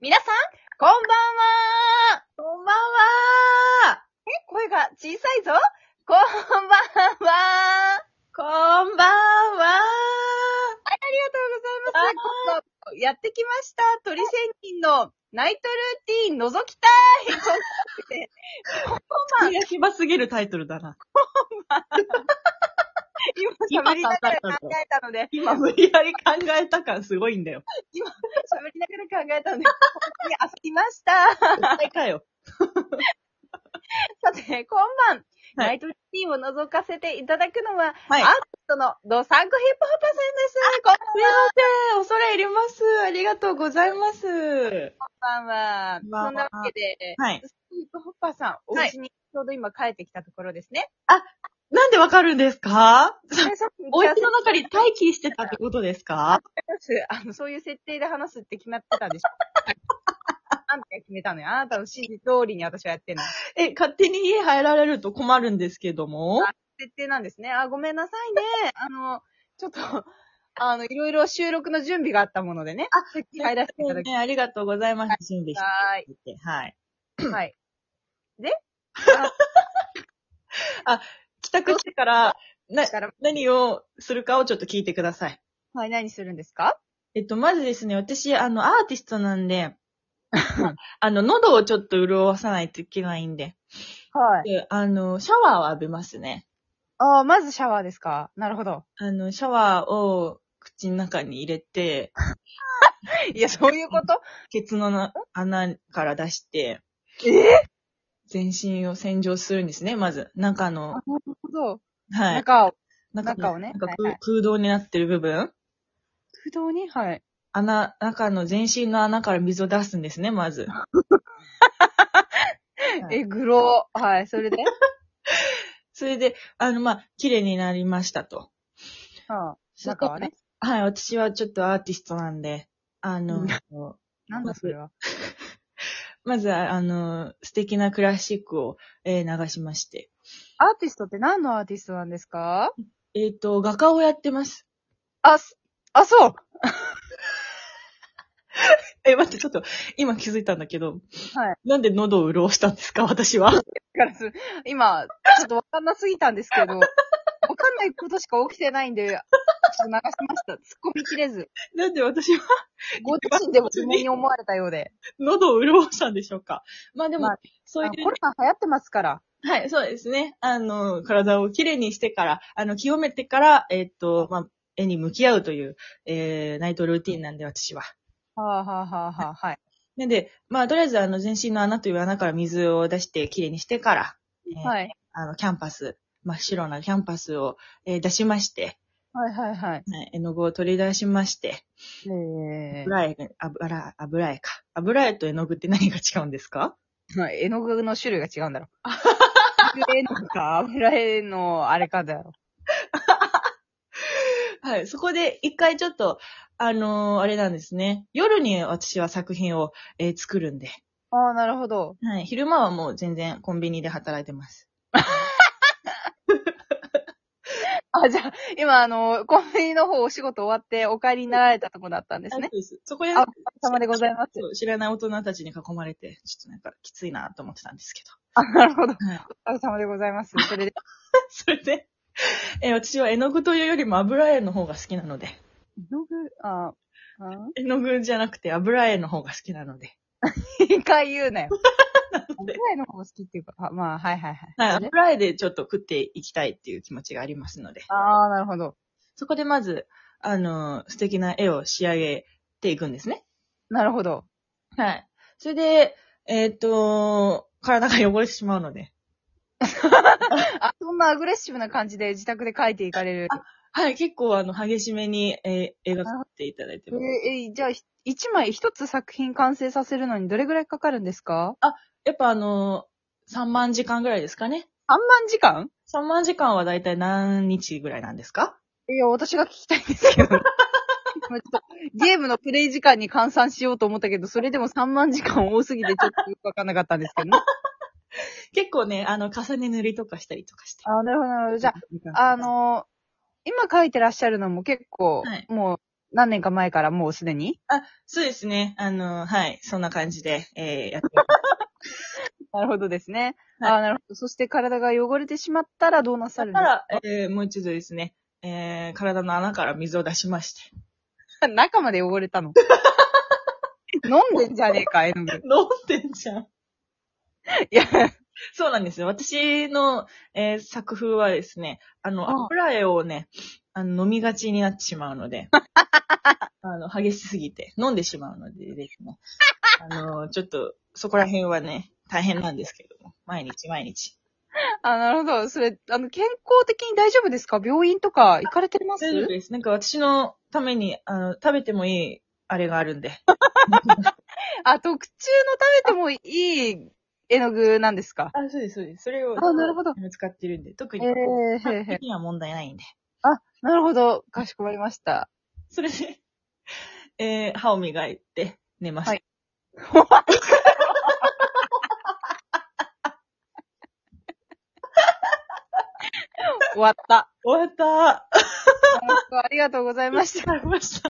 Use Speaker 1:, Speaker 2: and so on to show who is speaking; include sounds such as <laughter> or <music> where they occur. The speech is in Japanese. Speaker 1: 皆さん、こんばんは
Speaker 2: こんばんは
Speaker 1: え、声が小さいぞこんばんは
Speaker 2: こんばんは
Speaker 1: ありがとうございます。やってきました。鳥仙人のナイトルーティン覗きたい。こんばん
Speaker 2: これが暇すぎるタイトルだな。
Speaker 1: 今喋りながら考えたので、
Speaker 2: 今無理やり考えた感すごいんだよ。
Speaker 1: 喋りながら考えたので、本当に焦りました。
Speaker 2: <laughs> 絶対かよ。
Speaker 1: さて、今晩、ナイトルーティンを覗かせていただくのは、
Speaker 2: はい。
Speaker 1: アーティストのドサンコヒップホッパーさんです。こん
Speaker 2: せん。恐れ入ります。ありがとうございます。
Speaker 1: ばんは。
Speaker 2: こんばんは
Speaker 1: そんなわけで、
Speaker 2: はい。
Speaker 1: ドサンコヒップホッパーさん、お
Speaker 2: はい
Speaker 1: 家にちょうど今帰ってきたところですね。
Speaker 2: なんでわかるんですか
Speaker 1: でそう
Speaker 2: お家の中に待機してたってことですか
Speaker 1: あの、そういう設定で話すって決まってたん <laughs> でしょあんたが決めたのよ。あなたの指示通りに私はやってんの。
Speaker 2: え、勝手に家入られると困るんですけども。
Speaker 1: 設定なんですね。あ、ごめんなさいね。あの、ちょっと、 <laughs> あの、いろいろ収録の準備があったものでね。
Speaker 2: あ、
Speaker 1: 入らせていただき
Speaker 2: ね、ありがとうございます。準備して
Speaker 1: はー
Speaker 2: いて。はい。
Speaker 1: い。はい。
Speaker 2: 帰宅してから、な
Speaker 1: だ、から
Speaker 2: 何をするかをちょっと聞いてください。
Speaker 1: はい、何するんですか
Speaker 2: えっと、まずですね、私、あの、アーティストなんで、
Speaker 1: <laughs>
Speaker 2: あの、喉をちょっと潤わさないといけないんで、
Speaker 1: はい。
Speaker 2: であの、シャワーを浴びますね。
Speaker 1: ああ、まずシャワーですか。なるほど。
Speaker 2: あの、シャワーを口の中に入れて、
Speaker 1: いや、そういう <laughs> こと
Speaker 2: ケツのな穴から出して、
Speaker 1: ええ
Speaker 2: 全身を洗浄するんですね、まず。中の、
Speaker 1: なるほど。
Speaker 2: はい。
Speaker 1: 中を、
Speaker 2: 中の
Speaker 1: 中をね
Speaker 2: なんか
Speaker 1: はい
Speaker 2: 空
Speaker 1: はい
Speaker 2: 空洞になってる部分
Speaker 1: 不動にはい。
Speaker 2: 穴、中の全身の穴から水を出すんですね、
Speaker 1: <laughs>
Speaker 2: まず。はい
Speaker 1: え、グロー。はい、それで
Speaker 2: それで、あの、まあ、綺麗になりましたと。
Speaker 1: はあ、中はね。
Speaker 2: はい、私はちょっとアーティストなんで、あの、
Speaker 1: <laughs> なんだそれは。
Speaker 2: まずは、あの、素敵なクラシックを、えー流しまして。
Speaker 1: アーティストって何のアーティストなんですか
Speaker 2: えっ、と、画家をやってます。
Speaker 1: あ、すあ、そう。
Speaker 2: え、待って、ちょっと、今気づいたんだけど、
Speaker 1: はい。
Speaker 2: なんで喉を潤したんですか、
Speaker 1: <laughs>
Speaker 2: 私は。
Speaker 1: だからす今、ちょっとわかんなすぎたんですけど、わかんないことしか起きてないんで、ちょっと流しました。突っ込みきれず。
Speaker 2: なんで私は
Speaker 1: ご自身でも自分に思われたようで。
Speaker 2: 喉を潤したんでしょうか。まあでも、
Speaker 1: まあ
Speaker 2: そ
Speaker 1: あ
Speaker 2: うい
Speaker 1: の
Speaker 2: う、
Speaker 1: コロナ流行ってますから。
Speaker 2: はい、そうですね。あの、体をきれいにしてから、あの、清めてから、えっ、と、まあ、絵に向き合うという、えー、ナイトルーティンなんで、私は。
Speaker 1: はあ、はあはあはあ、はい。
Speaker 2: なんで、まあ、とりあえず、あの、全身の穴という穴から水を出して、きれいにしてから、えー
Speaker 1: <laughs> はい。
Speaker 2: あの、キャンパス、真っ白なキャンパスを、えー出しまして、
Speaker 1: はいはいはい。
Speaker 2: はい絵の具を取り出しまして、
Speaker 1: え
Speaker 2: 油絵、油、油絵か。油絵と絵の具って何が違うんですか
Speaker 1: ー、まあ絵の具の種類が違うんだ <laughs> ろ。油絵のか、油絵のあれかだよ。
Speaker 2: はい、そこで一回ちょっと、あのーあれなんですね。夜に私は作品を、えー作るんで、
Speaker 1: ああ、なるほど。
Speaker 2: はい、昼間はもう全然コンビニで働いてます。
Speaker 1: あ、じゃあ、今、あの、コンビニの方お仕事終わってお帰りになられたとこだったんですね。
Speaker 2: そうです。そこで、
Speaker 1: あ、お疲れ様でございます。
Speaker 2: そう知らない大人たちに囲まれて、ちょっとなんかきついなと思ってたんですけど。
Speaker 1: あ、なるほど。お疲
Speaker 2: はい
Speaker 1: れ様でございます。それで、
Speaker 2: それで、えー私は絵の具というよりも油絵の方が好きなので、
Speaker 1: ブログ、あ、あ
Speaker 2: 絵の具じゃなくて油絵の方が好きなので、
Speaker 1: 一回言うなよ。
Speaker 2: なので、
Speaker 1: ぐらいの方が好きっていうか、あまあ、はいはいはい。
Speaker 2: はい、
Speaker 1: それで
Speaker 2: 油絵でちょっと食っていきたいっていう気持ちがありますので、
Speaker 1: ああ、なるほど。
Speaker 2: そこでまず、あのー素敵な絵を仕上げていくんですね。
Speaker 1: なるほど。
Speaker 2: はい。それで、えーっ、と、体が汚れてしまうので、
Speaker 1: あ、そんなアグレッシブな感じで自宅で書いていかれる。
Speaker 2: はい、結構あの、激しめに、えー、描かせていただいて
Speaker 1: え
Speaker 2: ます。
Speaker 1: ーえーじゃあ、ひ一枚一つ作品完成させるのにどれぐらいかかるんですか
Speaker 2: やっぱあのー、3万時間ぐらいですかね。
Speaker 1: ?3 万時間
Speaker 2: 3万時間はだいたい何日ぐらいなんですか
Speaker 1: いや、私が聞きたいんです <laughs> けど。今ちょっとゲームのプレイ時間に換算しようと思ったけど、それでも3万時間多すぎてちょっとよくわかんなかったんですけどね。
Speaker 2: 結構ね、あの、重ね塗りとかしたりとかして。
Speaker 1: <laughs> あー、なるほど、なるほど。じゃあ、あ、の、今書いてらっしゃるのも結構、
Speaker 2: はい
Speaker 1: もう、何年か前からもうすでに
Speaker 2: そうですね。あの、はい。そんな感じで、えー、やって
Speaker 1: なるほどですね。
Speaker 2: はい
Speaker 1: ああ、なるほど。そして体が汚れてしまったらどうなさ
Speaker 2: そ
Speaker 1: る
Speaker 2: し
Speaker 1: ん <laughs>
Speaker 2: た
Speaker 1: です
Speaker 2: ら、えー、もう一度ですね、えー、体の穴から水を出しまして。
Speaker 1: か中まで汚れた <laughs> の。飲んでんじゃねえか、絵の具。 <laughs> い
Speaker 2: 飲んでんじゃん。
Speaker 1: や、
Speaker 2: そうなんですよ。私の、えー作風はですね、あ
Speaker 1: う
Speaker 2: の、
Speaker 1: ん
Speaker 2: 油絵をね、あの、飲みがちになってしまうの <laughs> で、あの、激しすぎて、飲んでしまうのでです <laughs> ね、あの、ちょっと、そこら辺はね、大変なんですけども、毎日毎日。
Speaker 1: あ、なるほど。それ、あの、健康的に大丈夫ですか病院とか行かれてます
Speaker 2: 大丈夫です。なんか私のために、あの、食べてもいい、あれがあるんで。
Speaker 1: あ、特注の食べてもいい絵の具なんですか
Speaker 2: あ、そうです、そうです。それを、
Speaker 1: あなるほど。
Speaker 2: 使ってるんで、特
Speaker 1: え
Speaker 2: に、
Speaker 1: え
Speaker 2: 基
Speaker 1: へえ
Speaker 2: 本
Speaker 1: へえ
Speaker 2: 的には問題ないんで。
Speaker 1: <laughs> なるほど。かしこまりました。
Speaker 2: それで、えー、歯を磨いて寝ました。
Speaker 1: はい終わった。
Speaker 2: 終わった <laughs>
Speaker 1: ありがとうございました。
Speaker 2: <laughs> ありました。